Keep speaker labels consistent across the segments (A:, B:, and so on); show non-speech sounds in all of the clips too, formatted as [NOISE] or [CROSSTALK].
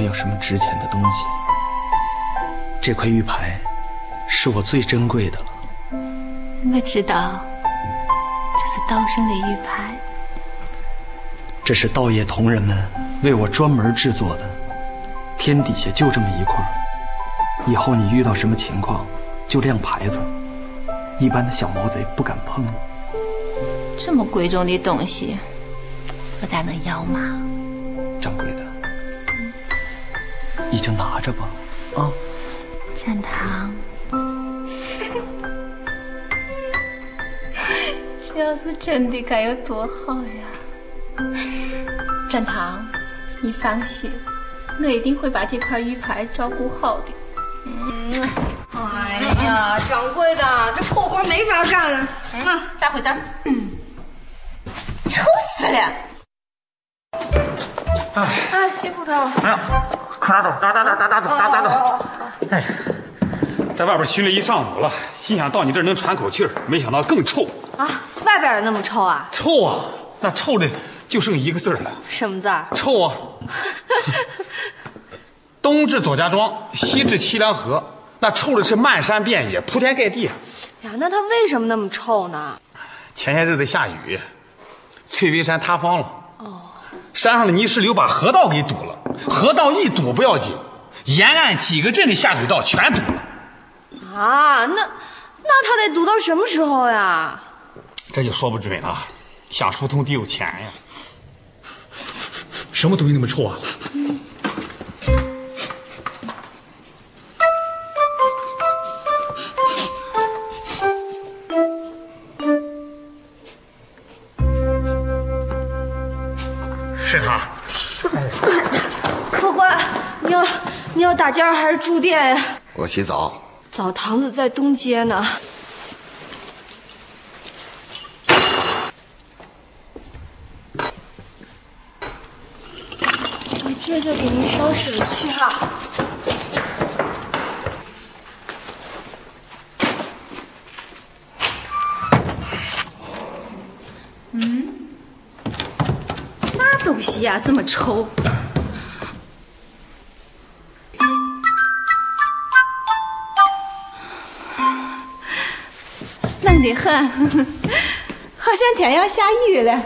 A: 有什么值钱的东西。这块玉牌是我最珍贵的了。
B: 我知道，这是道生的玉牌。
A: 这是道业同仁们为我专门制作的，天底下就这么一块。以后你遇到什么情况，就亮牌子，一般的小毛贼不敢碰的。
B: 这么贵重的东西，我咋能要嘛？
A: 掌柜的，你就拿着吧，啊。
B: 展堂，嗯 [LAUGHS] 这要是真的该有多好呀！展堂，你放心，我一定会把这块玉牌照顾好的。
C: 嗯，哎呀，掌柜的，这破活没法干了。那、嗯、
B: 咋回事？
C: 臭死了！
D: 哎
C: 哎，辛苦他了。
D: 哎呀，快拿走，拿拿拿拿拿走，拿拿走。哎，在外边熏了一上午了，心想到你这儿能喘口气儿，没想到更臭
C: 啊！外边也那么臭啊？
D: 臭啊！那臭的就剩一个字儿了。
C: 什么字儿？
D: 臭啊！ [LAUGHS] 东至左家庄，西至西凉河，那臭的是漫山遍野，铺天盖地。啊
C: 呀，那它为什么那么臭呢？
D: 前些日子下雨，翠微山塌方了。哦。山上的泥石流把河道给堵了，河道一堵不要紧。沿岸几个镇的下水道全堵了，
C: 啊，那那他得堵到什么时候呀？
D: 这就说不准了，想疏通得有钱呀。什么东西那么臭啊？嗯、是他。
C: 客官，你要。你要打尖儿还是住店呀？
E: 我洗澡。
C: 澡堂子在东街呢。我这就给您烧水去哈、啊。
B: 嗯？啥东西呀、啊？这么臭？冷得很， [LAUGHS] 好像天要下雨了。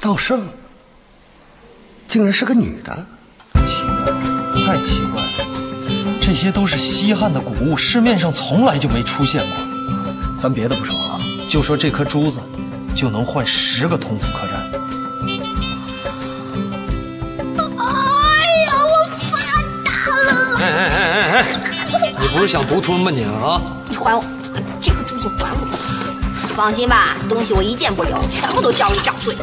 E: 道圣竟然是个女的，
A: 奇怪，太奇怪了！这些都是西汉的古物，市面上从来就没出现过。咱别的不说啊，就说这颗珠子，就能换十个同福客栈。
F: 哎哎哎哎哎！你不是想独吞吧你啊？
G: 你还我这个东西还我！放心吧，东西我一件不留，全部都交给掌 [LAUGHS] 柜。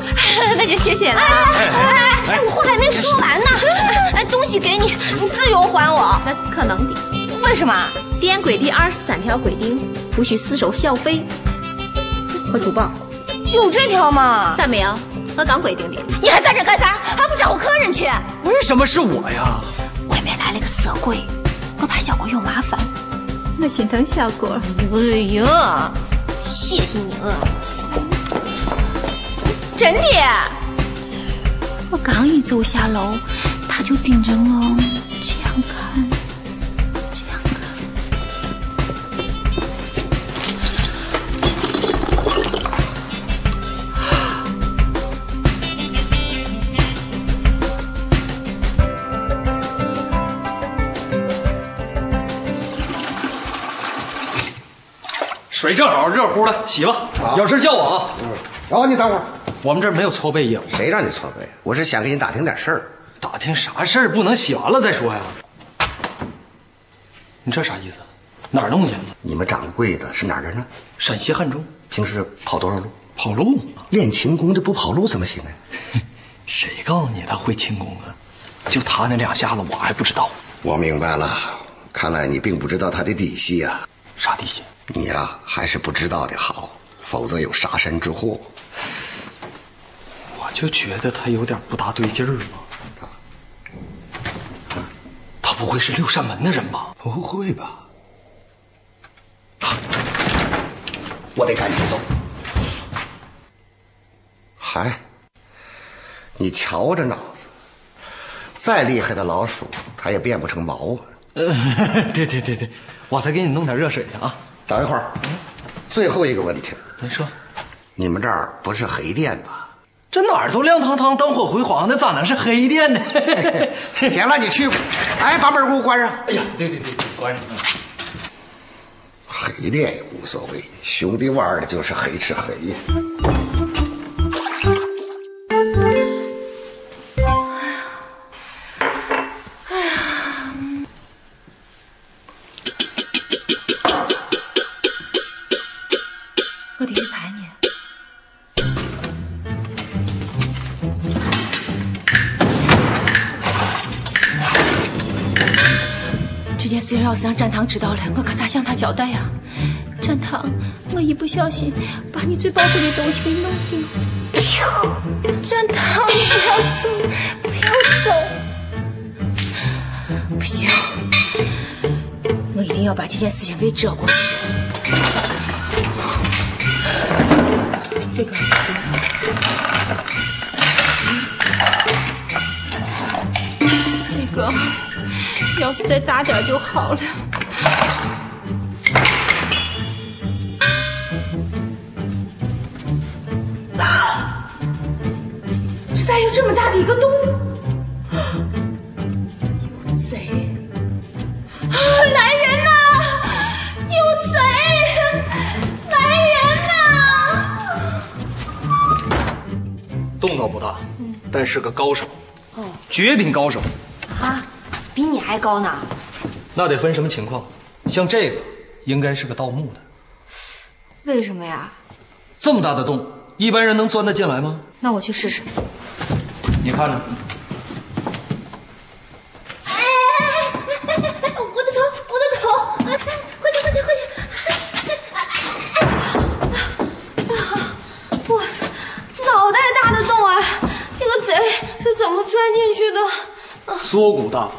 B: 那就谢谢了。
G: 哎哎哎！我话还没说完呢。哎，东西给你，你自由还我。
B: 那是不可能的。
G: 为什么？
B: 店规第二十三条规定，不许私收小费和珠宝。
C: 有这条吗？
B: 咋没有？我刚规定的。
G: 你还在这干啥？还不招呼客人去？
A: 为什么是我呀？
G: 外面来了个色鬼，我怕小郭有麻烦。
B: 我心疼小郭。
G: 哎呀，谢谢你了，真的。我刚一走下楼，他就盯着我这样看，这样看。
D: 水正好，热乎的，洗吧。有事叫我啊。
E: 嗯，然后你等会儿，
A: 我们这儿没有搓背业务。
E: 谁让你搓背？我是想给你打听点事儿。
A: 打听啥事儿？不能洗完了再说呀。你这啥意思？哪儿弄去了？
E: 你们掌柜的是哪儿人呢？
A: 陕西汉中。
E: 平时跑多少路？
A: 跑路？
E: 练轻功这不跑路怎么行啊？
A: 谁告诉你他会轻功啊？就他那两下子，我还不知道。
E: 我明白了，看来你并不知道他的底细呀、啊。
A: 啥底细？
E: 你呀、啊，还是不知道的好，否则有杀身之祸。
A: 我就觉得他有点不大对劲儿嘛。他不会是六扇门的人吧？ [LAUGHS]
E: 不会吧？我得赶紧走。哎，你瞧这脑子，再厉害的老鼠，它也变不成毛啊！
A: 呃，对对对对，我才给你弄点热水去啊。
E: 等一会儿，最后一个问题，
A: 您说，
E: 你们这儿不是黑店
A: [LAUGHS]
E: 吧？
A: 这哪儿都亮堂堂、灯火辉煌的，咋能是黑店呢？ [LAUGHS]
E: 行了，你去吧。哎，把门给我关上。
A: 哎呀，对对对，关上。
E: 黑店也无所谓，兄弟玩儿的就是黑吃黑呀。
G: 我得去盘你。这件事要是让战堂知道了，我可咋向他交代啊呀、
B: 战堂，我一不小心把你最宝贝的东西给弄丢了。战堂，不要走，不要走！
G: 不行，我一定要把这件事情给遮过去。这个不行，
B: 这个要是再大点儿就好了。
G: 啊这咋有这么大的一个洞？有贼！啊，来人呐！有贼！来人呐！
A: 动作不大，但是个高手，绝顶高手。
C: 啊，比你还高呢。
A: 那得分什么情况？像这个应该是个盗墓的，
C: 为什么呀？
A: 这么大的洞，一般人能钻得进来吗？
C: 那我去试试。
A: 你看着，
G: 哎我的头，我的头！哎快点，快点，快点！
C: 我脑袋大的洞啊！这个贼是怎么钻进去的？啊，
A: 缩骨大法，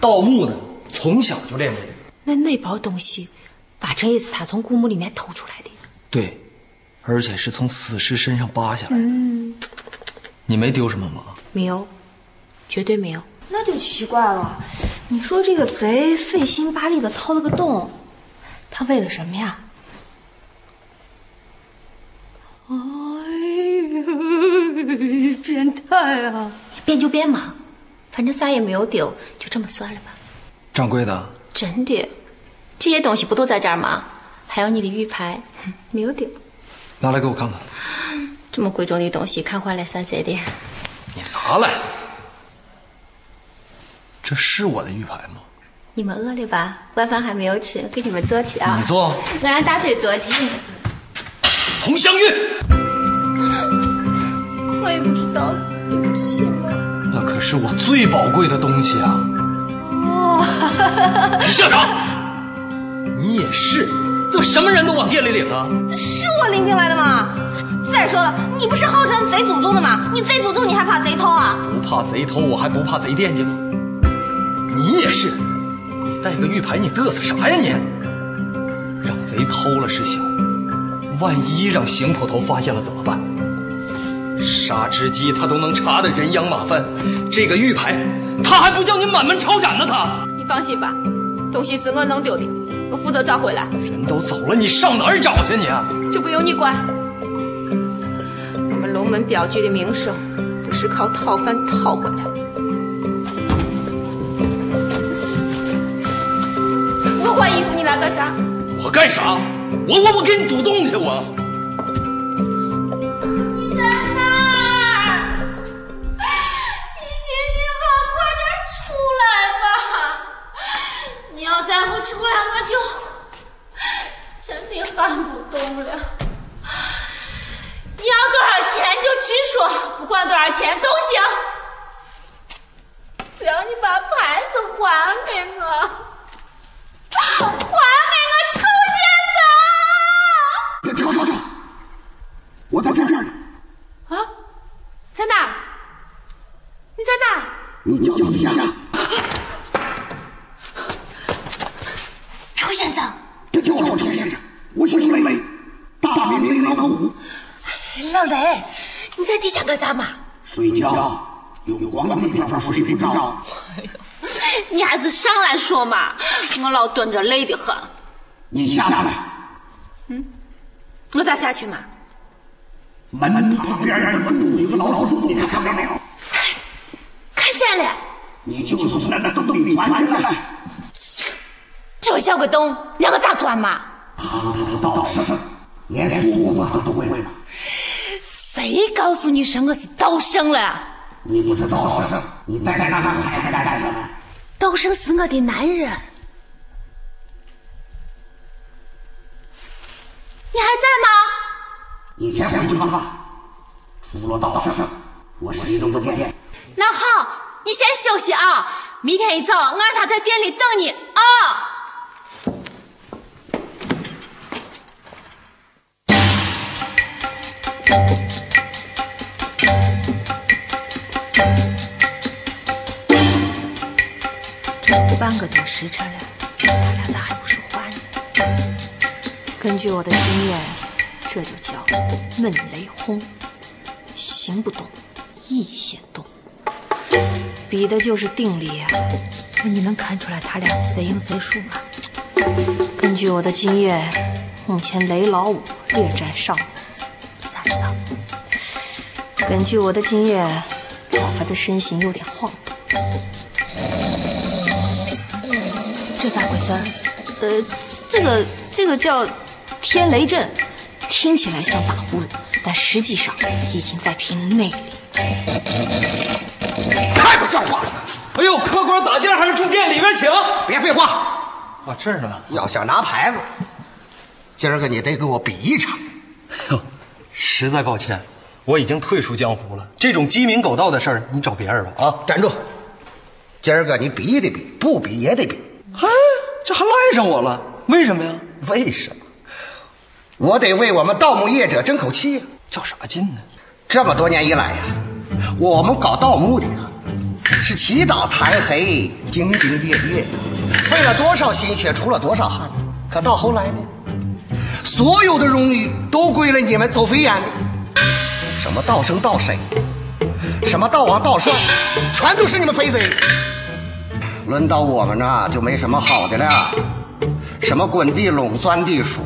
A: 盗墓的从小就练这个。
G: 那那包东西，八成也是他从古墓里面偷出来的。
A: 对，而且是从死尸身上扒下来的。你没丢什么吗？
G: 没有，绝对没有。
C: 那就奇怪了。你说这个贼费心巴力的掏了个洞，他为了什么呀？哎呦，变态啊！
G: 变就变嘛，反正啥也没有丢，就这么算了吧。
A: 掌柜的，
G: 真的，这些东西不都在这儿吗？还有你的玉牌， [LAUGHS] 哼没有丢。
A: 拿来给我看看。
G: 这么贵重的东西，看坏了算谁的？
A: 你拿来。这是我的玉牌吗？
G: 你们饿了吧？晚饭还没有吃，给你们做去啊
A: 你！做。
G: 我让大嘴做去。
A: 佟湘玉，
B: 我也不知道，对不起了。
A: 那可是我最宝贵的东西啊！李校长，你也是，怎么什么人都往店里领啊？
C: 这是我领进来的吗？再说了，你不是号称贼祖宗的吗？你贼祖宗，你还怕贼偷啊？
A: 不怕贼偷，我还不怕贼惦记吗？你也是，你带个玉牌，你嘚瑟啥呀你？让贼偷了是小，万一让邢捕头发现了怎么办？杀只鸡他都能查得人仰马翻，这个玉牌他还不叫你满门抄斩呢他？
B: 你放心吧，东西是我弄丢的，我负责找回来，
A: 人都走了，你上哪儿找去你？啊
B: 这不用你管。我们龙门镖局的名声不是靠讨饭讨回来的。我换衣服，你来干啥？
A: 我干啥？我我我给你堵洞去我！
B: 你行行好，快点出来吧！你要再不出来，我就真的搬不动了。你要多少钱就直说，不管多少钱都行，只要你把牌子还给我，还给我，臭先
H: 别吵吵吵！我在这儿呢，
B: 生！啊，在哪儿？你在哪儿？
H: 你叫一下，
G: 周先生，
H: 别叫我臭先生，我姓雷，大名雷老虎。
G: 老雷，你在地下干啥嘛？
H: 睡觉，有光的地方睡不着。
B: 你还是上来说嘛，我老蹲着累得很。
H: 你下来，
B: 我咋下去嘛？
H: 门旁边住一个老鼠，你看到没有？
G: 看见了，
H: 你就从那洞里钻出来，
G: 这小鬼洞让我咋钻嘛？
H: 到时连胡子都会吗？
G: 谁告诉你什么是刀生了？
H: 你不知道是？你带着那个孩子干什么？
G: 刀生是我的男人。你还在吗？
H: 你先回去吧。除了道士，我谁都不见。
G: 那好，你先休息啊，明天一早我让他在店里等你啊。这都半个多时辰了，他俩咋还不说话呢？根据我的经验，这就叫闷雷轰，行不动，意先动。比的就是定力啊。那你能看出来他俩谁赢谁输吗？根据我的经验，目前雷老五略占上风。你咋知道？根据我的经验，老婆的身形有点晃动。这咋回事儿？
C: 呃，这个这个叫天雷震，听起来像打呼噜，但实际上已经在凭内力。
E: 太不像话了！
A: 哎呦，客官打架还是住店里边请。
E: 别废话，
A: 哇，这儿呢？
E: 要想拿牌子，今儿个你得给我比一场。
A: 实在抱歉，我已经退出江湖了。这种鸡鸣狗盗的事儿，你找别人吧。啊，
E: 站住！今儿个你比得比，不比也得比。
A: 哎，这还赖上我了？为什么呀？
E: 为什么？我得为我们盗墓业者争口气呀、
A: 较啥劲呢？
E: 这么多年以来呀、我们搞盗墓的呀，是起早贪黑、兢兢业业，费了多少心血，出了多少汗。可到后来呢，所有的荣誉都归了你们走飞眼里。什么道生道谁，什么道王道帅，全都是你们飞贼。轮到我们呢，就没什么好的了。什么滚地垄、钻地鼠，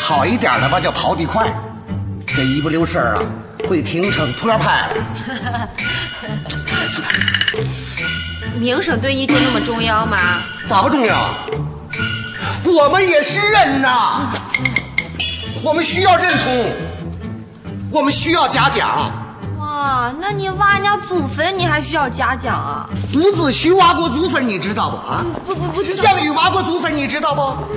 E: 好一点的吧叫刨地块，这一不留神啊，会停成破拍了。
B: 名声对你就那么重要吗？
E: 咋不重要？啊我们也是人呐，我们需要认同，我们需要嘉奖。
I: 哇，那你挖人家祖坟，你还需要嘉奖啊？
E: 伍子胥挖过祖坟，你知道不？啊，
I: 不不不知道。
E: 项羽挖过祖坟，你知道不？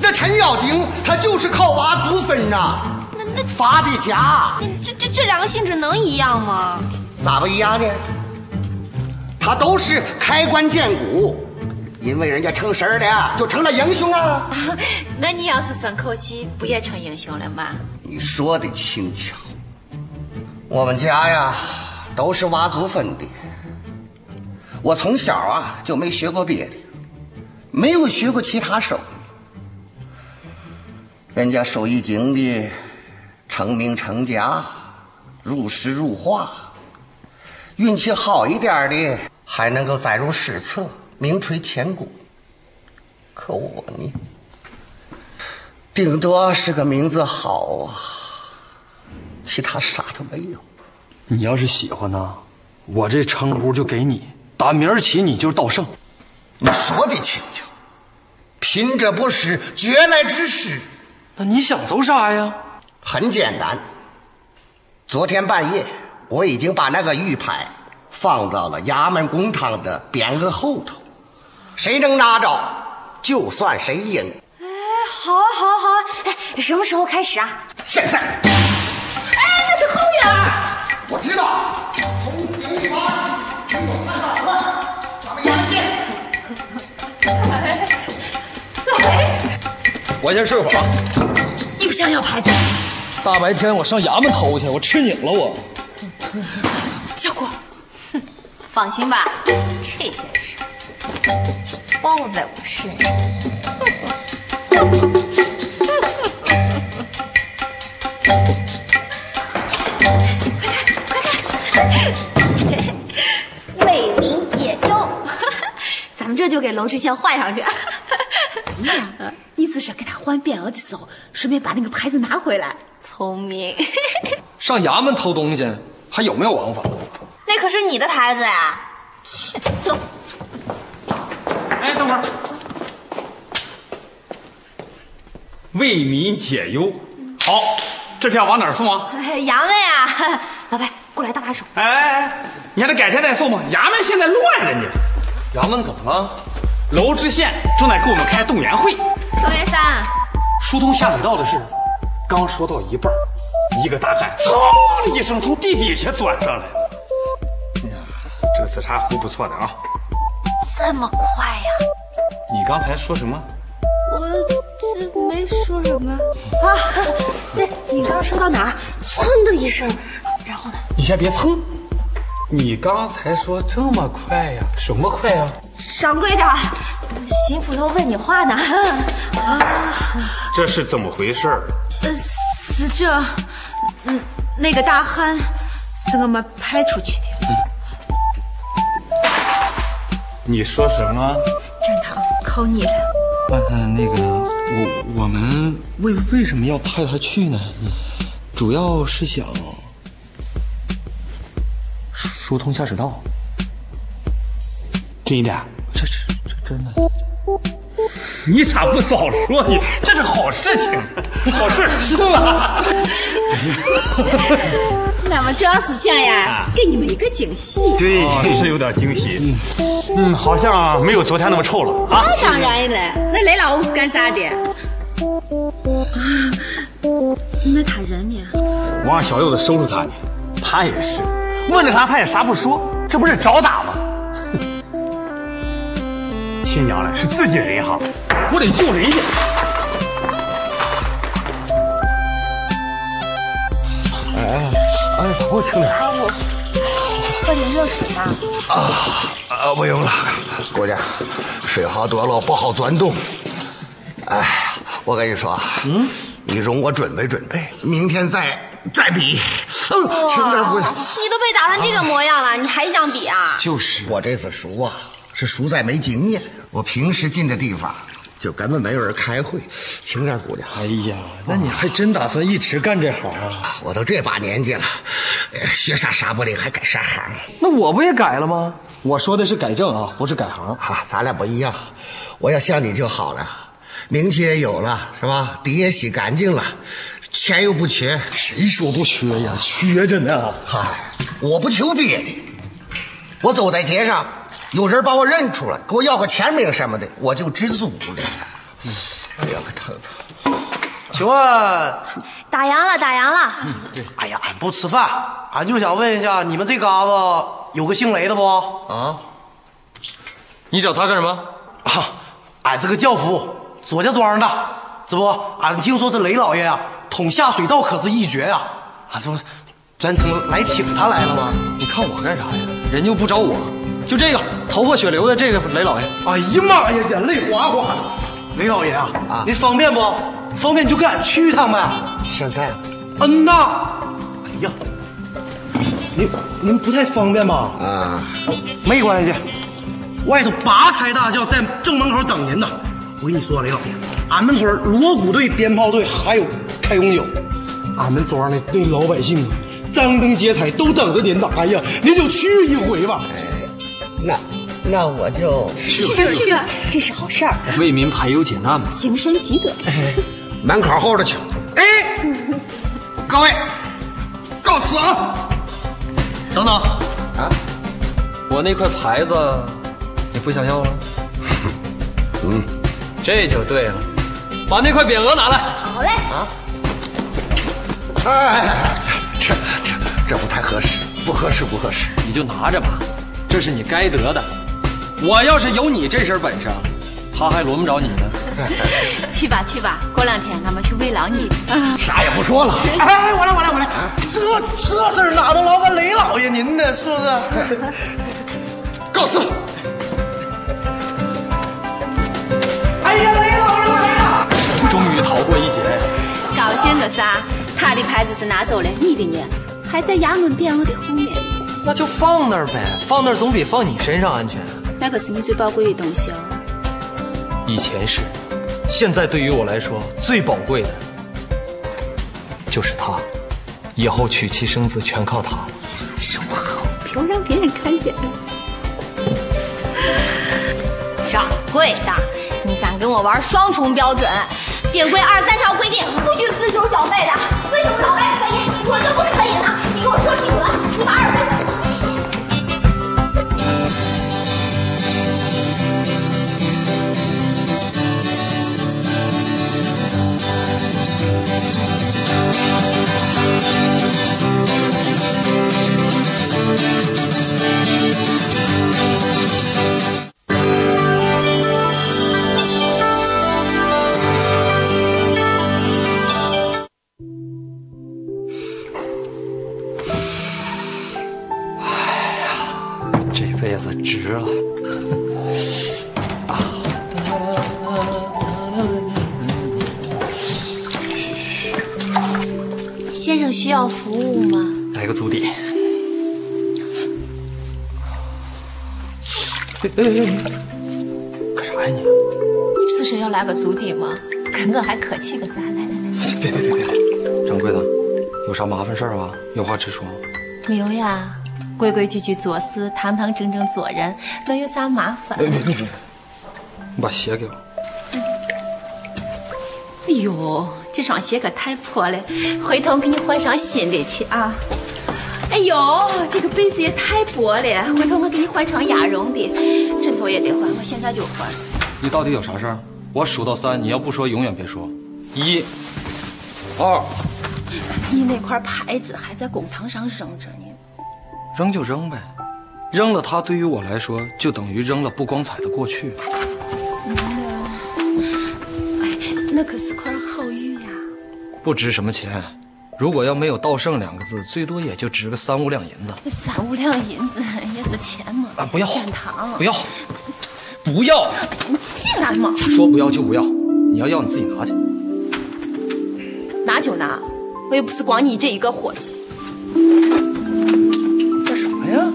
E: 那陈咬金他就是靠挖祖坟呐，
I: 那那
E: 伐的家，
I: 你这这这两个性质能一样吗？
E: 咋不一样呢？他都是开棺见骨，因为人家成神儿了，就成了英雄啊。
B: 那你要是争口气，不也成英雄了吗？
E: 你说的轻巧。我们家呀，都是挖祖坟的。我从小啊就没学过别的，没有学过其他手艺。人家手艺精的，成名成家，入诗入画，运气好一点的，还能够载入史册，名垂千古。可我呢？顶多是个名字好啊，其他啥都没有。
A: 你要是喜欢呢，我这称呼就给你，打明儿起你就是道圣。
E: 你说的轻巧，贫者不识，绝来之师。
A: 那你想走啥呀？
E: 很简单，昨天半夜我已经把那个玉牌放到了衙门公堂的匾额后头，谁能拿着，就算谁赢。
C: 好啊，好啊，好啊！哎，什么时候开始啊？
E: 现在，哎，那是后院我知道，从井里挖出去，没有看到了，咱们衙门见。
J: 我先睡会儿啊！
B: 你不想要牌子？
J: 大白天我上衙门偷去，我吃瘾了我。
B: 小郭，
I: 放心吧，这件事就包在我身上。
C: [LAUGHS] 快点，快们这就给娄志强换上去。
G: 嗯、意思是给他换匾额的时候，顺便把那个牌子拿回来。
C: 聪明。
K: 上衙门偷东西还有没有王法？
C: [LAUGHS] 那可是你的牌子呀！去，走。
D: 哎，等会儿。为民解忧，好，这票往哪儿送啊？
I: 哎
C: 衙门
I: 啊
C: 呀，老白，过来搭把手。
D: 哎哎哎，你还得改天再送吧，衙门现在乱着呢。
K: 衙门怎么了？
D: 娄知县正在给我们开动员会。
C: 动员三，
D: 疏通下水道的事，刚说到一半，一个大汉嗖的一声从地底下钻上来了。哎呀，这个紫砂壶不错的啊。
C: 这么快呀、啊？
D: 你刚才说什么？
C: 我这没说什么啊。对，你刚刚说到哪儿？噌的一声，然后呢？
D: 你先别噌，你刚才说这么快呀、啊？什么快呀、啊？
C: 掌柜的，邢捕头问你话呢。啊，
D: 这是怎么回事？
G: 呃，是这，嗯，那个大憨是我们派出去的。
D: 嗯、你说什么？
G: 展堂，靠你了。
A: 嗯、呃，那个，我我们为为什么要派他去呢？主要是想疏通下水道。
D: 近一点，
A: 这是这真的。
D: 你咋不早说你？这是好事情，好事是吧？
C: 那么这样子想呀，给你们一个惊喜。
D: 对，哦是有点惊喜。嗯，好像没有昨天那么臭了啊。
C: 那当然了，那来老屋是干啥的？
G: 啊，那他人呢？
D: 我让小柚子收拾他呢，他也是，问着他他也啥不说，这不是找打 [LAUGHS] 吗？亲娘嘞，是自己人哈，我得救人家。
E: 哎哎，我轻点。
C: 哎呦，喝点热水吧。
E: 啊啊，不用了，姑娘，水好多了不好钻动。哎，我跟你说，嗯，你容我准备准备，明天再再比。轻点，姑娘。
C: 你都被打成这个模样了，你还想比啊？
E: 就是我这次熟啊，是熟在没经验。我平时进的地方就根本没有人开会。轻点，姑娘。
A: 哎呀，那你还真打算一直干这行啊？
E: 我都这把年纪了，哎学啥啥不灵，还改啥行？
A: 那我不也改了吗？我说的是改正啊，不是改行。
E: 啊，咱俩不一样，我要像你就好了，名气也有了，是吧？底也洗干净了，钱又不缺。
A: 谁说不缺呀？缺着呢。
E: 嗨、哎，我不求别的，我走在街上，有人把我认出来，给我要个钱名什么的，我就知足了。嗯、哎呀，疼疼！
F: 请问，
C: 打烊了，打烊了。嗯，
F: 对。哎呀，俺不吃饭，俺就想问一下，你们这嘎子。有个姓雷的不
E: 啊？
F: 你找他干什么？啊，俺是个轿夫，左家庄的，这不，俺听说这雷老爷啊，捅下水道可是一绝呀、啊，俺、啊、这不专程来请他来了吗？
K: 你看我干啥呀？人又不找我，就这个头破血流的这个雷老爷，
F: 哎呀妈呀，眼泪哗哗的。雷老爷啊，啊您方便不？方便你就跟俺去一趟呗。
E: 现在？
F: 嗯呐。哎呀。您您不太方便吧？
E: 啊，
F: 没关系，外头八抬大轿在正门口等您呢。我跟你说，雷老爷，俺们村锣鼓队、鞭炮队还有开工酒，俺们庄的那老百姓张灯结彩都等着您呢。哎呀，您就去一回吧。哎、
E: 那那我就
C: 去去，这是好事儿，
K: 为民排忧解难嘛，
C: 行善积德。哎、
E: 门口候着去。哎，各位，告辞啊！
K: 等等，
E: 啊！
K: 我那块牌子，你不想要 [LAUGHS] 了？
E: 嗯，
K: 这就对了，把那块匾额拿来。
C: 好嘞。啊！
E: 哎哎哎，这这这不太合适，不合适，不合适。
K: 你就拿着吧，这是你该得的。我要是有你这身本事，他还轮不着你呢。
C: 去吧去吧，过两天俺们去慰劳你。
E: 啥也不说了。
F: 哎，我来我来我来，
K: 啊
F: 这这事哪能劳烦雷老爷您呢？是不是？
E: 告辞。
F: 哎呀，雷老爷来了！
K: 终于逃过一劫。
C: 高兴个啥？他的牌子是拿走了，你的呢？还在衙门匾额的后面。
F: 那就放那儿呗，放那儿总比放你身上安全。啊
C: 那
G: 那可是你最宝贵的东西哦。
A: 以前是，现在对于我来说最宝贵的就是他，以后娶妻生子全靠他了。
G: 说好，不要让别人看见。
B: 掌柜的，你敢跟我玩双重标准？店规二三条规定不许自收小费的，为什么老外可以，我就不可以呢？你给我说清楚了，你把二三条。
A: 这辈子值了。
G: 先生需要服务吗？
A: 来个足底。哎哎哎！干啥呀你？
G: 你不是说要来个足底吗？跟我还客气个啥？来来来，
A: 别别别别别！掌柜的，有啥麻烦事儿吗？有话直说。
G: 没有呀，规规矩矩做事，堂堂正正做人，能有啥麻烦？
A: 别别别别！你把鞋给我。
G: 哎呦，这双鞋可太破了，回头给你换上新的去啊！哎呦，这个被子也太薄了，回头我给你换上鸭绒的，枕头也得换，我现在就换。
L: 你到底有啥事儿？我数到三，你要不说永远别说。一、二，
G: 你那块牌子还在公堂上扔着呢，
A: 扔就扔呗，扔了它对于我来说就等于扔了不光彩的过去。
G: 那可是块好玉呀、
A: 不值什么钱，如果要没有“道圣”两个字，最多也就值个三五两银子。
G: 那三五两银子也是钱嘛。
A: 啊不要
G: 天堂，
A: 不要，不要，
G: 你气难嘛，
A: 说不要就不要，你要要你自己拿去。
G: 拿就拿，我又不是光你这一个伙计。
A: 哎呀，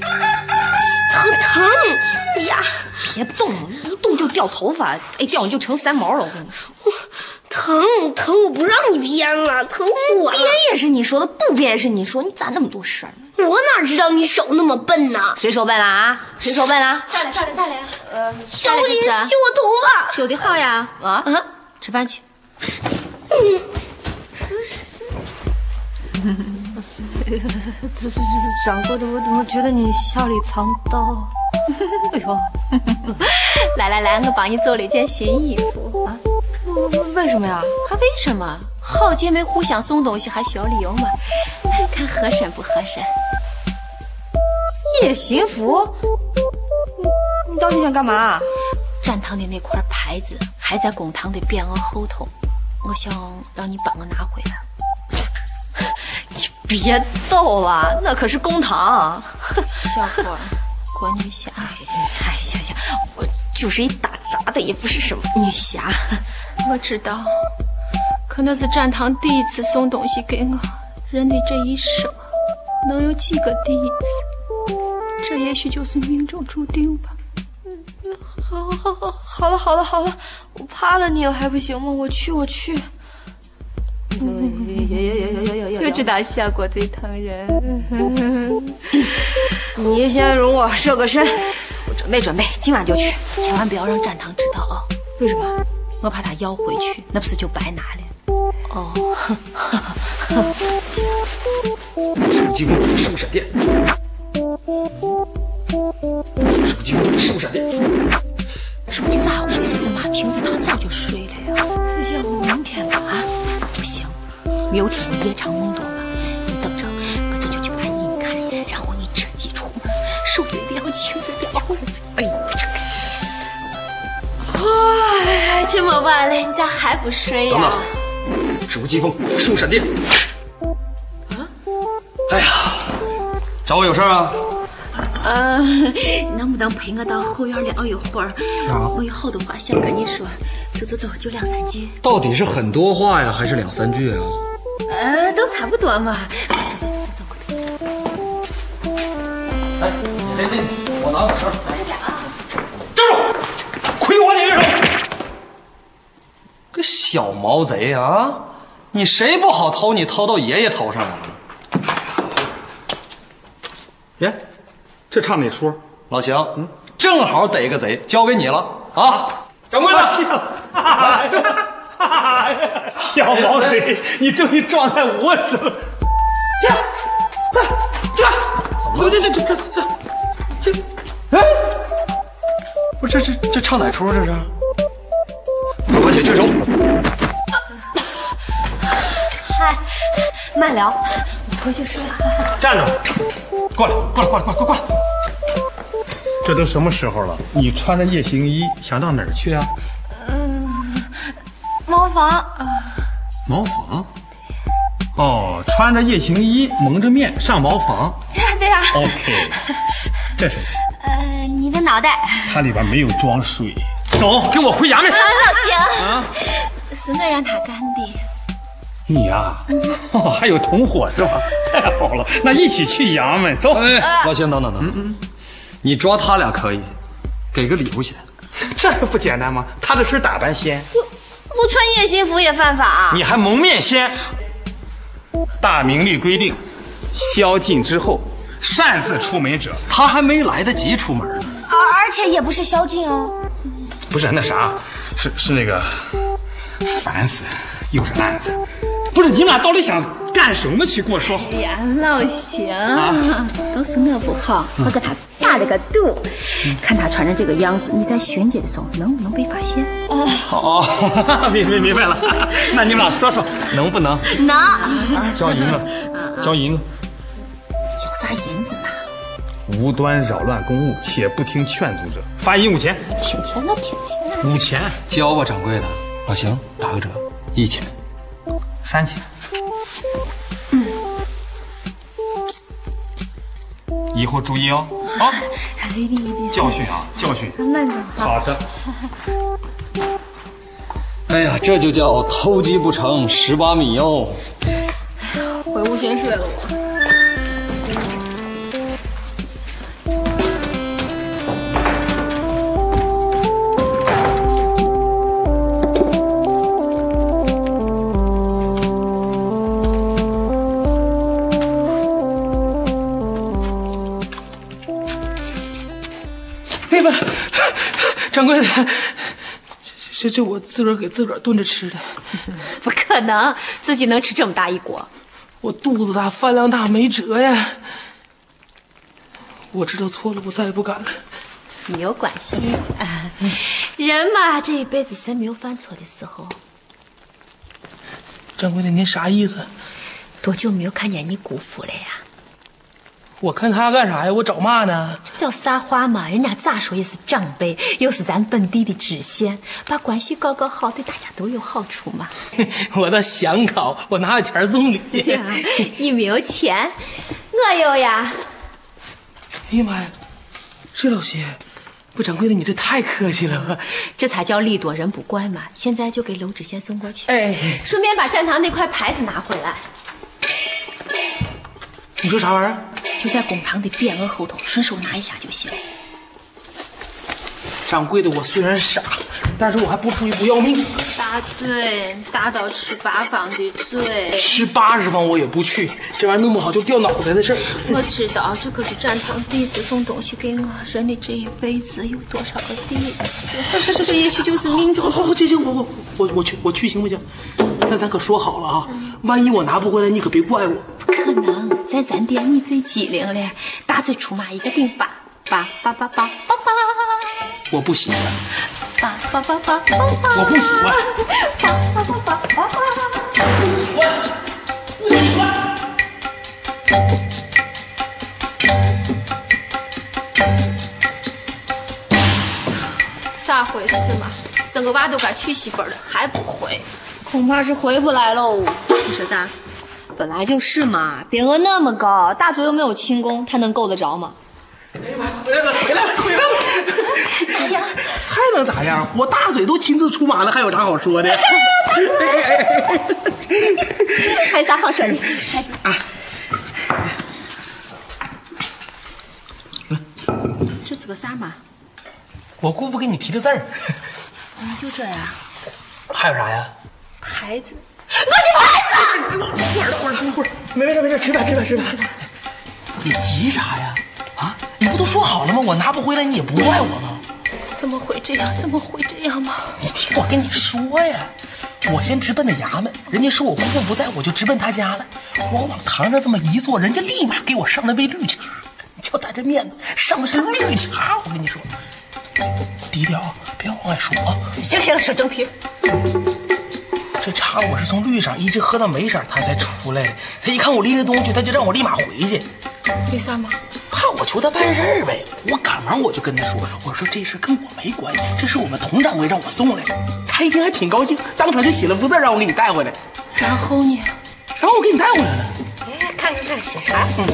B: 疼疼！哎呀，别动，一动就掉头发，再掉你就成三毛了。我跟你说，
C: 疼疼，我不让你编了，疼死我了！
B: 编也是你说的，不编也是你说，你咋那么多事儿呢？
C: 我哪知道你手那么笨呢？
B: 谁手笨了啊？谁手笨了？
G: 再来，再来，再
M: 啊
G: 来。呃，
C: 小李，揪我头发！
G: 有的好呀，啊啊，吃饭去。
C: 这这这掌柜的，我怎么觉得你笑里藏刀？
G: 哎呦，来来来，我帮你做了一件新衣服啊。
C: 为什么呀？
G: 还为什么？好姐妹互相送东西还需要理由吗？哎看合身不合身。
C: 夜行服？你你到底想干嘛？
G: 展堂的那块牌子还在公堂的匾额后头，我想让你帮我拿回来。
B: [LAUGHS] 别逗了，那可是公堂啊。
G: 小伙儿，郭女侠，
B: 哎呀呀，我就是一打杂的，也不是什么女侠。
G: 我知道，可那是展堂第一次送东西给我，人的这一生能有几个第一次？这也许就是命中注定吧。
C: 好，好，好，好了，好了，好了，我怕了你了还不行吗？我去，我去。
G: 就知道效果最疼人。
C: 你先容我热个身，
B: 我准备准备，今晚就去。
G: 千万不要让展堂知道啊！
C: 为什么？
G: 我怕他要回去，那不是就白拿了？哦
B: 哦，
D: 手机风，手闪电，手机风，手闪电。
G: 咋回事嘛？平时他早就睡了呀。
C: 要不明天吧？啊，
G: 不行，没有体力夜长梦多嘛。你等着，我这就去把你看，然后你趁机出门，手一定要轻着点。哎呀，哎，这么晚了，你咋还不睡呀、
D: 等等手机风，手闪电。哎
A: 找我有事儿啊？
G: 呃，能不能陪我到后院聊一会儿？
N: 啊
G: 我有好多话想跟你说，走走走，就两三句。
N: 到底是很多话呀，还是两三句啊？
G: 呃，都差不多嘛。啊走走走走走，
N: 你先进，我拿把绳。
A: 亏我得认手！个小毛贼啊！你谁不好偷，你偷到爷爷头上来了。
O: 耶，这唱哪
F: 啊
O: 出？
A: 老邢，
F: 嗯
A: 正好逮个贼，交给你了啊！掌柜的，
D: 小毛贼，你终于撞在我手了！
A: 这这这这这这，哎，不是这这这唱哪
D: 啊
A: 出这是？我去，这手
C: 嗨，慢聊，我回去睡了。
D: 站住！过来，过来，过来，过来，过来！这都什么时候了？你穿着夜行衣想到哪儿去啊？
C: 茅房，
O: 茅房。哦，穿着夜行衣，蒙着面上茅房。
C: 对呀、
O: OK，这是
C: 呃，你的脑袋。
D: 它里边没有装水。走，给我回衙门。
C: 啊，老邢，
D: 啊，
G: 是我让他干的。
D: 你呀、哦，还有同伙是吧？太好了，那一起去衙门。走，
C: 呃
G: 呃
A: 哎，老邢，等等等，嗯你抓他俩可以，给个礼物先。
O: 这不简单吗？他这身打扮鲜，
C: 不穿夜行服也犯法。啊
D: 你还蒙面仙？大明律规定，宵禁之后擅自出门者，
A: 他还没来得及出门呢。
M: 而啊而且也不是宵禁哦。
D: 不是那啥，是是那个烦死，又是案子。不是你俩到底想干什么去？给我说好。
G: 哎呀，老邢
D: 啊，
G: 都是我不好，我给他打了个赌，看他穿成这个样子，你在巡街的时候能不能被发现？
D: 哦， [LAUGHS] 明明明白了。那你们俩说说，能不能
G: 能
D: 交银
G: [LAUGHS]
D: 子？交银子。
G: 交啥银子嘛？
D: 无端扰乱公务且不听劝阻者，罚银五千。
G: 挺钱了，挺钱了。
D: 五千，
A: 交吧，掌柜的。老邢，打个折，一千。
D: 三千。
G: 嗯
D: 以后注意哦。
G: [LAUGHS]
D: 好，
G: 一定一定。
D: 教训啊，教训。
G: 慢着。
D: 好的。
A: 哎呀，这就叫偷鸡不成蚀把米哟、
C: 回屋先睡了我。
F: 那个掌柜的，这这这我自个儿给自个儿炖着吃的，
G: 不可能，自己能吃这么大一锅。
F: 我肚子大饭量大没辙呀。我知道错了，我再也不敢了。
G: 没有关系，嗯人嘛，这一辈子谁没有犯错的时候？
F: 掌柜的，您啥意思？
G: 多久没有看见你姑父了呀？
F: 我看他干啥呀？我找骂呢？ [LAUGHS]
G: 叫啥话嘛？人家咋说也是长辈，又是咱本地的知县，把关系搞搞好，对大家都有好处嘛。 [LAUGHS]
F: 我倒想搞，我哪有钱送礼？
G: 哎呀你没有钱，我有呀。
F: 哎呀妈呀，这老些，不掌柜的，你这太客气了吧？
G: 这才叫礼多人不怪嘛。现在就给娄知县送过去，
F: 哎，
G: 顺便把站堂那块牌子拿回来，
F: 你说啥玩意儿？
G: 就在公堂的匾额后头，顺手拿一下就行。
F: 掌柜的，我虽然傻，但是我还不至于不要命。
G: 大罪，大到吃八方的罪
F: 吃八十方我也不去，这玩意儿弄不好就掉脑袋的事儿。
G: 我知道，这可是展堂第一次送东西给我，人的这一辈子有多少个第一次？这也许就是命中。
F: 好好，好行行，我我我我去我去行不行？但咱可说好了啊，
G: 嗯
F: 万一我拿不回来，你可别怪我。
G: 不可能，在咱店你最机灵了，大嘴出马一个顶八八八八八八
F: 我不喜欢，
G: 八八八八八八，
F: 我不喜欢，
B: 咋回事嘛？生个娃都该娶媳妇儿了，还不回？
C: 恐怕是回不来喽。你说啥？本来就是嘛，匾额那么高，大嘴又没有轻功，他能够得着吗？
P: 回来吧，回来吧，回来吧！
Q: 哎呀，
P: 还能咋样？我大嘴都亲自出马了，还有啥好说的？
Q: 还有啥好说的？赶紧
G: 这是个啥嘛？
A: 我姑父给你提的字儿，
G: 你嗯就这样，
A: 还有啥呀？
G: 牌子。
P: 那
F: 啊
P: 你牌子！会儿了，会儿了，会儿。没没事没事，吃吧吃吧吃吧。
F: 你急啥呀？啊，你不都说好了吗？我拿不回来，你也不怪我吗？
G: 怎么会这样？怎么会这样吗？
F: 你听我跟你说呀，我先直奔的衙门，人家说我姑父不在，我就直奔他家了。我往堂上这么一坐，人家立马给我上了杯绿茶，就在这面子上的是绿茶。我跟你说，低调啊，别往外说啊。
G: 行行，说正题。
F: 这茶我是从绿色一直喝到没色，他才出来的。他一看我拎着东西，他就让我立马回去。
G: 为啥嘛？
F: 怕我求他办事儿呗。我赶忙我就跟他说，我说这事跟我没关系，这是我们佟掌柜让我送来的。他一听还挺高兴，当场就写了幅字让我给你带回来。
G: 然后呢？
F: 然后我给你带回来了。
G: 哎，看看看，写啥？嗯。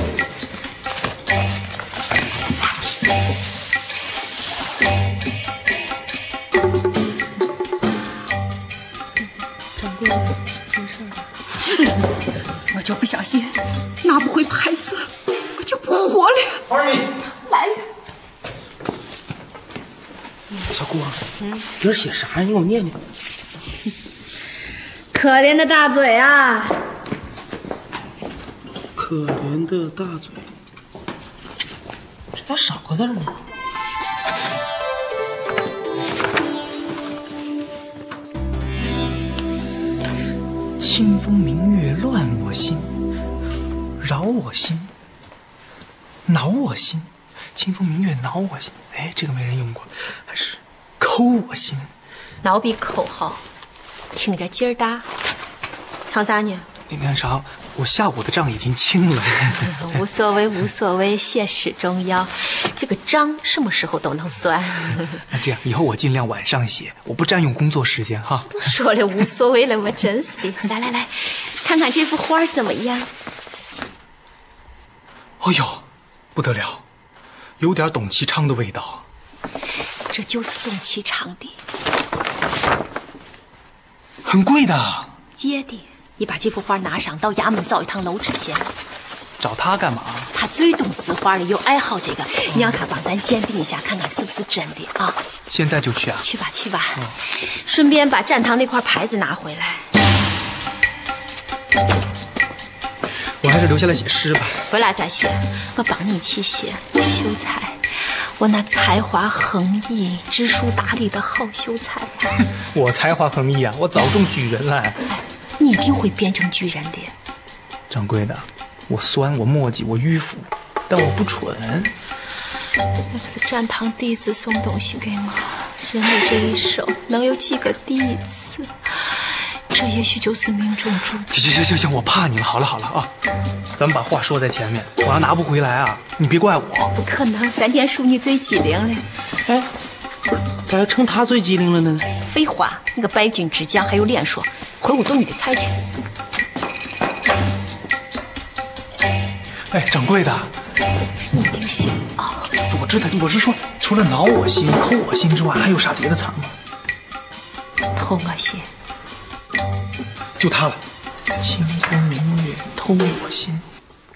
Q: 掌柜的，没事吧？我就不小心拿不回牌子，我就不活了。来了，
F: 小姑啊，
G: 嗯
F: 这写啥呀？你给我念念。
C: 可怜的大嘴啊！
P: 可怜的大嘴，
F: 这咋少个字呢？清风明月乱我心，扰我心，挠我心。清风明月挠我心，哎，这个没人用过，还是抠我心。
G: 挠比口好，挺着劲儿大。藏啥呢？
A: 那那啥，我下午的账已经清
F: [LAUGHS]
A: 了。
G: 无所谓，无所谓，现实中要。这个章什么时候都能算。
A: 那这样，以后我尽量晚上写，我不占用工作时间哈。
G: 说了无所谓了，我真是的。来来来，看看这幅画儿怎么样？
A: 哎呦，不得了，有点董其昌的味道。
G: 这就是董其昌的
A: 很贵的，
G: 借的。你把这幅画拿上，到衙门找一趟娄知县。
A: 找他干嘛？
G: 他最懂字画了，又爱好这个，你让他帮咱鉴定一下，看看是不是真的啊？
A: 现在就去啊？
G: 去吧，去吧，顺便把展堂那块牌子拿回来。
A: 我还是留下来写诗吧。
G: 回来再写，我帮你去写秀才，我那才华横溢、知书达理的好秀才呀、
A: 我才华横溢啊，我早中举人了。
G: 哎你一定会变成巨人的。
A: 掌柜的，我酸，我墨迹，我迂腐，但我不蠢。
G: 那可是展堂第一次送东西给我，人的这一生能有几个第一次？这也许就是命中注定。
A: 行行行行行，我怕你了。好了好了啊，咱们把话说在前面，我要拿不回来啊，你别怪我。
G: 不可能，咱天淑女最机灵了。哎，
P: 咋要称他最机灵了呢？
G: 废话，你个败军之将还有脸说？回我动你的菜去！
A: 哎，掌柜的，
G: 你一定行啊！
A: 我知道，我是说，除了挠我心、抠我心之外，还有啥别的词儿吗？
G: 偷我心，
A: 就它了。清风明月偷我心，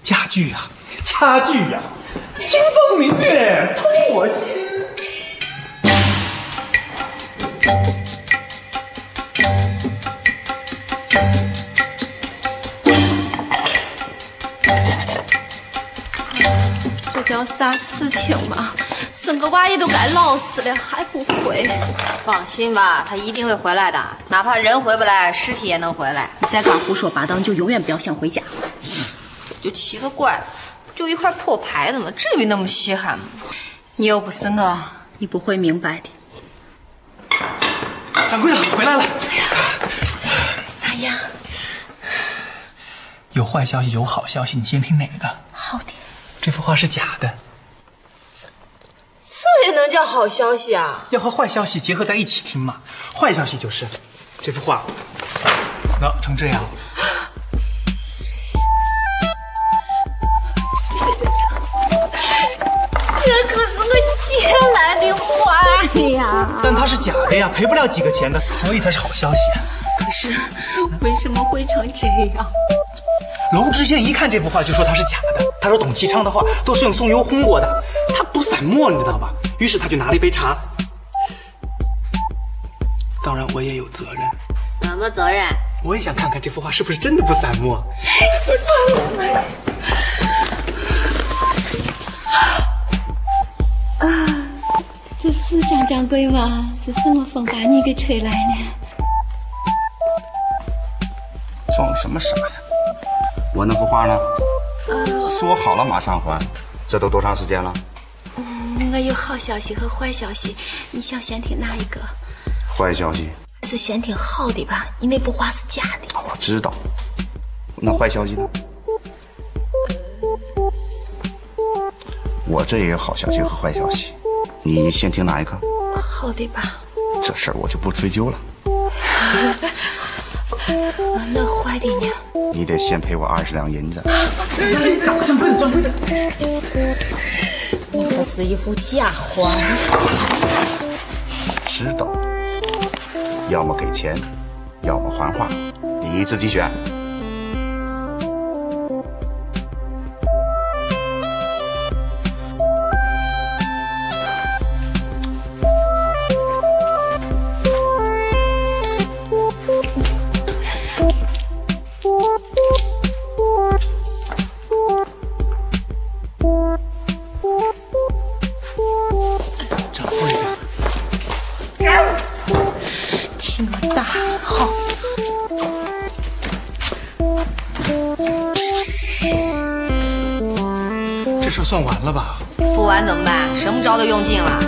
A: 家具啊呀、家具啊呀、
F: 清风明月偷我心。
G: 这叫啥事情嘛？生个娃也都该老实了，还不会。
C: 放心吧，他一定会回来的，哪怕人回不来，尸体也能回来。
G: 你再敢胡说八道，你就永远不要想回家。
C: 就奇个怪，不就一块破牌子吗？至于那么稀罕吗？你又不是我，
G: 你不会明白的。
A: 掌柜的回来了，
G: 咋样？
A: 有坏消息，有好消息，你先听哪个？
C: 好的，
A: 这幅画是假的，
Q: 这也能叫好消息啊？
A: 要和坏消息结合在一起听嘛。坏消息就是这幅画，那成这
G: [LAUGHS]
A: 样了。
R: 真
G: 天来的花呀！
A: 但它是假的呀，赔不了几个钱的，所以才是好消息。
G: 可是为什么会成这样？
A: 娄知县一看这幅画就说它是假的，他说董其昌的画都是用松油烘过的，他不散墨，你知道吧？于是他就拿了一杯茶。当然我也有责任，
C: 什么责任？
A: 我也想看看这幅画是不是真的不散墨。
G: 啊，这是张掌柜吗？是什么风把你给吹来呢？
F: 装什么傻呀？我那幅画呢？
G: 啊
F: 说好了马上还，这都多长时间了？
B: 嗯，我有好消息和坏消息，你想先听哪一个？
F: 坏消息，
B: 是先听好的吧？你那幅画是假的。
F: 我知道。那坏消息呢？我这也有好消息和坏消息，你先听哪一个？
B: 好的吧？
F: 这事儿我就不追究了，
B: 啊 [LAUGHS] 那坏的呢？
F: 你得先赔我二十两银子。
S: 掌掌柜的，掌柜的，
C: 你不是一幅假画，
F: 知道，要么给钱，要么还画，你自己选。
S: 掌柜的。
B: 听我大号。
A: 这事儿算完了吧？
C: 不玩怎么办？什么招都用尽了。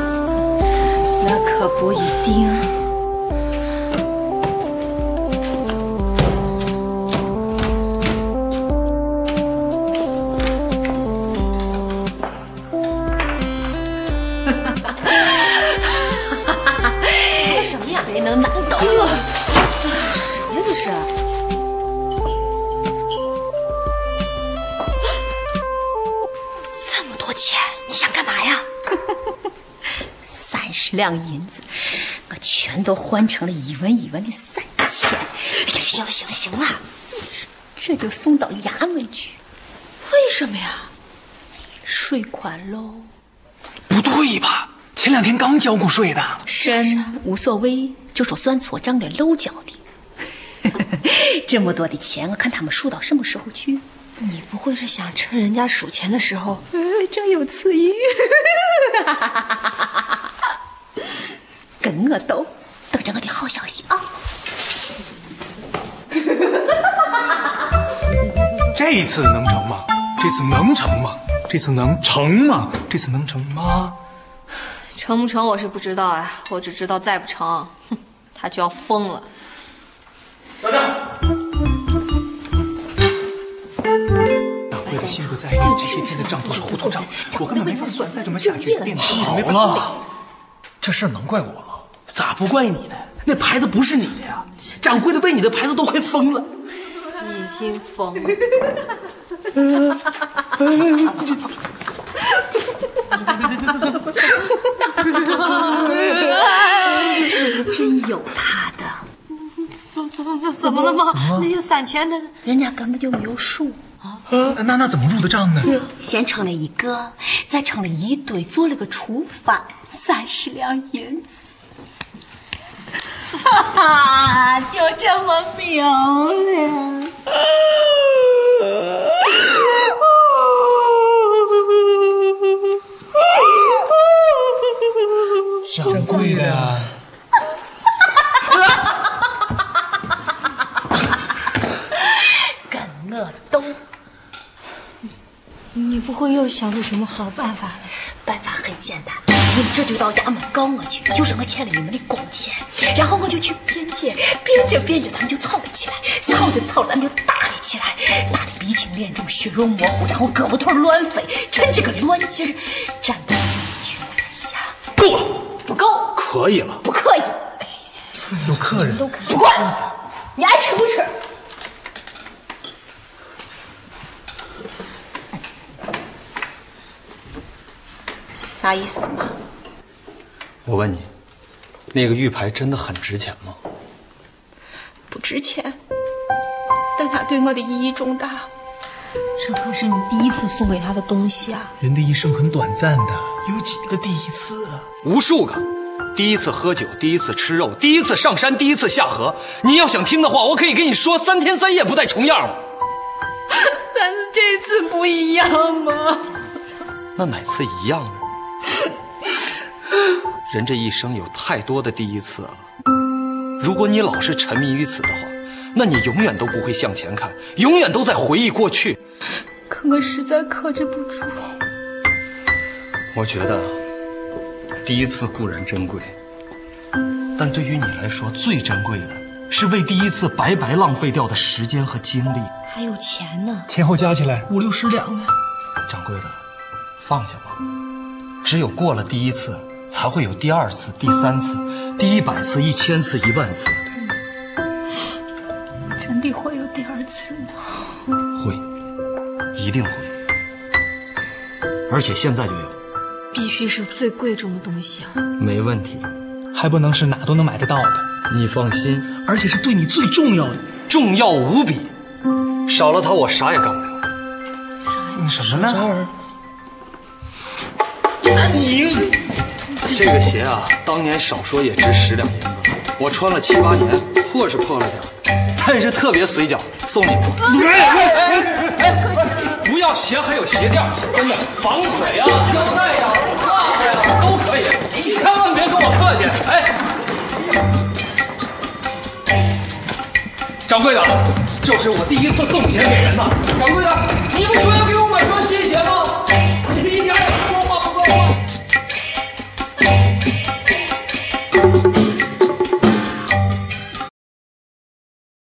B: 那可不一定。
C: 这什么呀？谁能难倒我？什么呀这是？
B: 这么多钱，你想干嘛呀？三十两银子，我全都换成了一文一文的散钱。哎呀，行了行了行了，这就送到衙门去。为什么呀？税款喽。
A: 不对吧？前两天刚交过税的。
B: 身无所谓，就说算错账了，漏交的。 [LAUGHS] 这么多的钱，我看他们数到什么时候去。你不会是想趁人家数钱的时候，呃，正有此意，跟我斗，等着我的好消息啊！
A: 这一次能成吗？这次能成吗？这次能成吗？这次能成吗？
C: 成不成我是不知道呀、我只知道再不成，哼，他就要疯了。
A: 掌柜的心不在焉，这些天的账都是糊涂账，我根本没法算，再这么下去，店
T: 好
A: 没法
T: 了，这事儿能怪我吗？
S: 咋不怪你呢？那牌子不是你的呀，掌柜的为你的牌子都快疯了。
C: 已经疯了。
B: 真有他的，
C: 怎怎么怎怎么了吗？
A: 啊
C: 那些散钱的，
B: 人家根本就没有数。
A: 呃，那那怎么入的账呢？
B: 啊先称了一个，再称了一堆，做了个除法，三十两银子。
G: 哈哈，就这么明了。
A: 掌柜的，
B: 跟我斗。
C: 你不会又想出什么好办法了？
B: 办法很简单，你们这就到衙门告我去，就说我欠了你们的工钱，然后我就去辩解，辩着辩着咱们就吵了起来，吵着吵着咱们就打了起来，打得鼻青脸肿、血肉模糊，然后胳膊腿乱飞，趁这个乱劲儿，占得一军拿下。
A: 够了，
B: 不够，
A: 可以了，
B: 不可以，
A: 有客人。
B: 不管你，你爱吃不吃。
C: 啥意思嘛？
A: 我问你，那个玉牌真的很值钱吗？
G: 不值钱，但它对我的意义重大。
U: 这可是你第一次送给他的东西啊！
V: 人的一生很短暂的，有几个第一次啊？
A: 无数个，第一次喝酒，第一次吃肉，第一次上山，第一次下河。你要想听的话，我可以跟你说三天三夜不带重
G: [LAUGHS]
A: 样的。
G: 但是这次不一样吗？
A: 那哪次一样呢？人这一生有太多的第一次了。如果你老是沉迷于此的话，那你永远都不会向前看，永远都在回忆过去。
G: 可我实在克制不住。
A: 我觉得，第一次固然珍贵，但对于你来说最珍贵的是为第一次白白浪费掉的时间和精力。
U: 还有钱呢，
V: 前后加起来五六十两呢。
A: 掌柜的，放下吧。只有过了第一次，才会有第二次、第三次、第一百次、一千次、一万次。
G: 真的会有第二次的。
A: 会，一定会。而且现在就有，
U: 必须是最贵重的东西啊！
A: 没问题。
V: 还不能是哪都能买得到的。
A: 你放心，
V: 而且是对你最重要的，
A: 重要无比。少了它，我啥也干不了。
V: 你什么呢？
A: 你这个鞋啊，当年少说也值十两银子，我穿了七八年，破是破了点儿，但是特别随脚，送你吧。不要鞋还有鞋垫儿，真的防腿呀、腰带呀、袜子呀都可以，千万别跟我客气。哎，掌柜的，这是我第一次送鞋给人呐。掌柜的，你不说要给我买双新鞋吗？你一点也不说话不说话。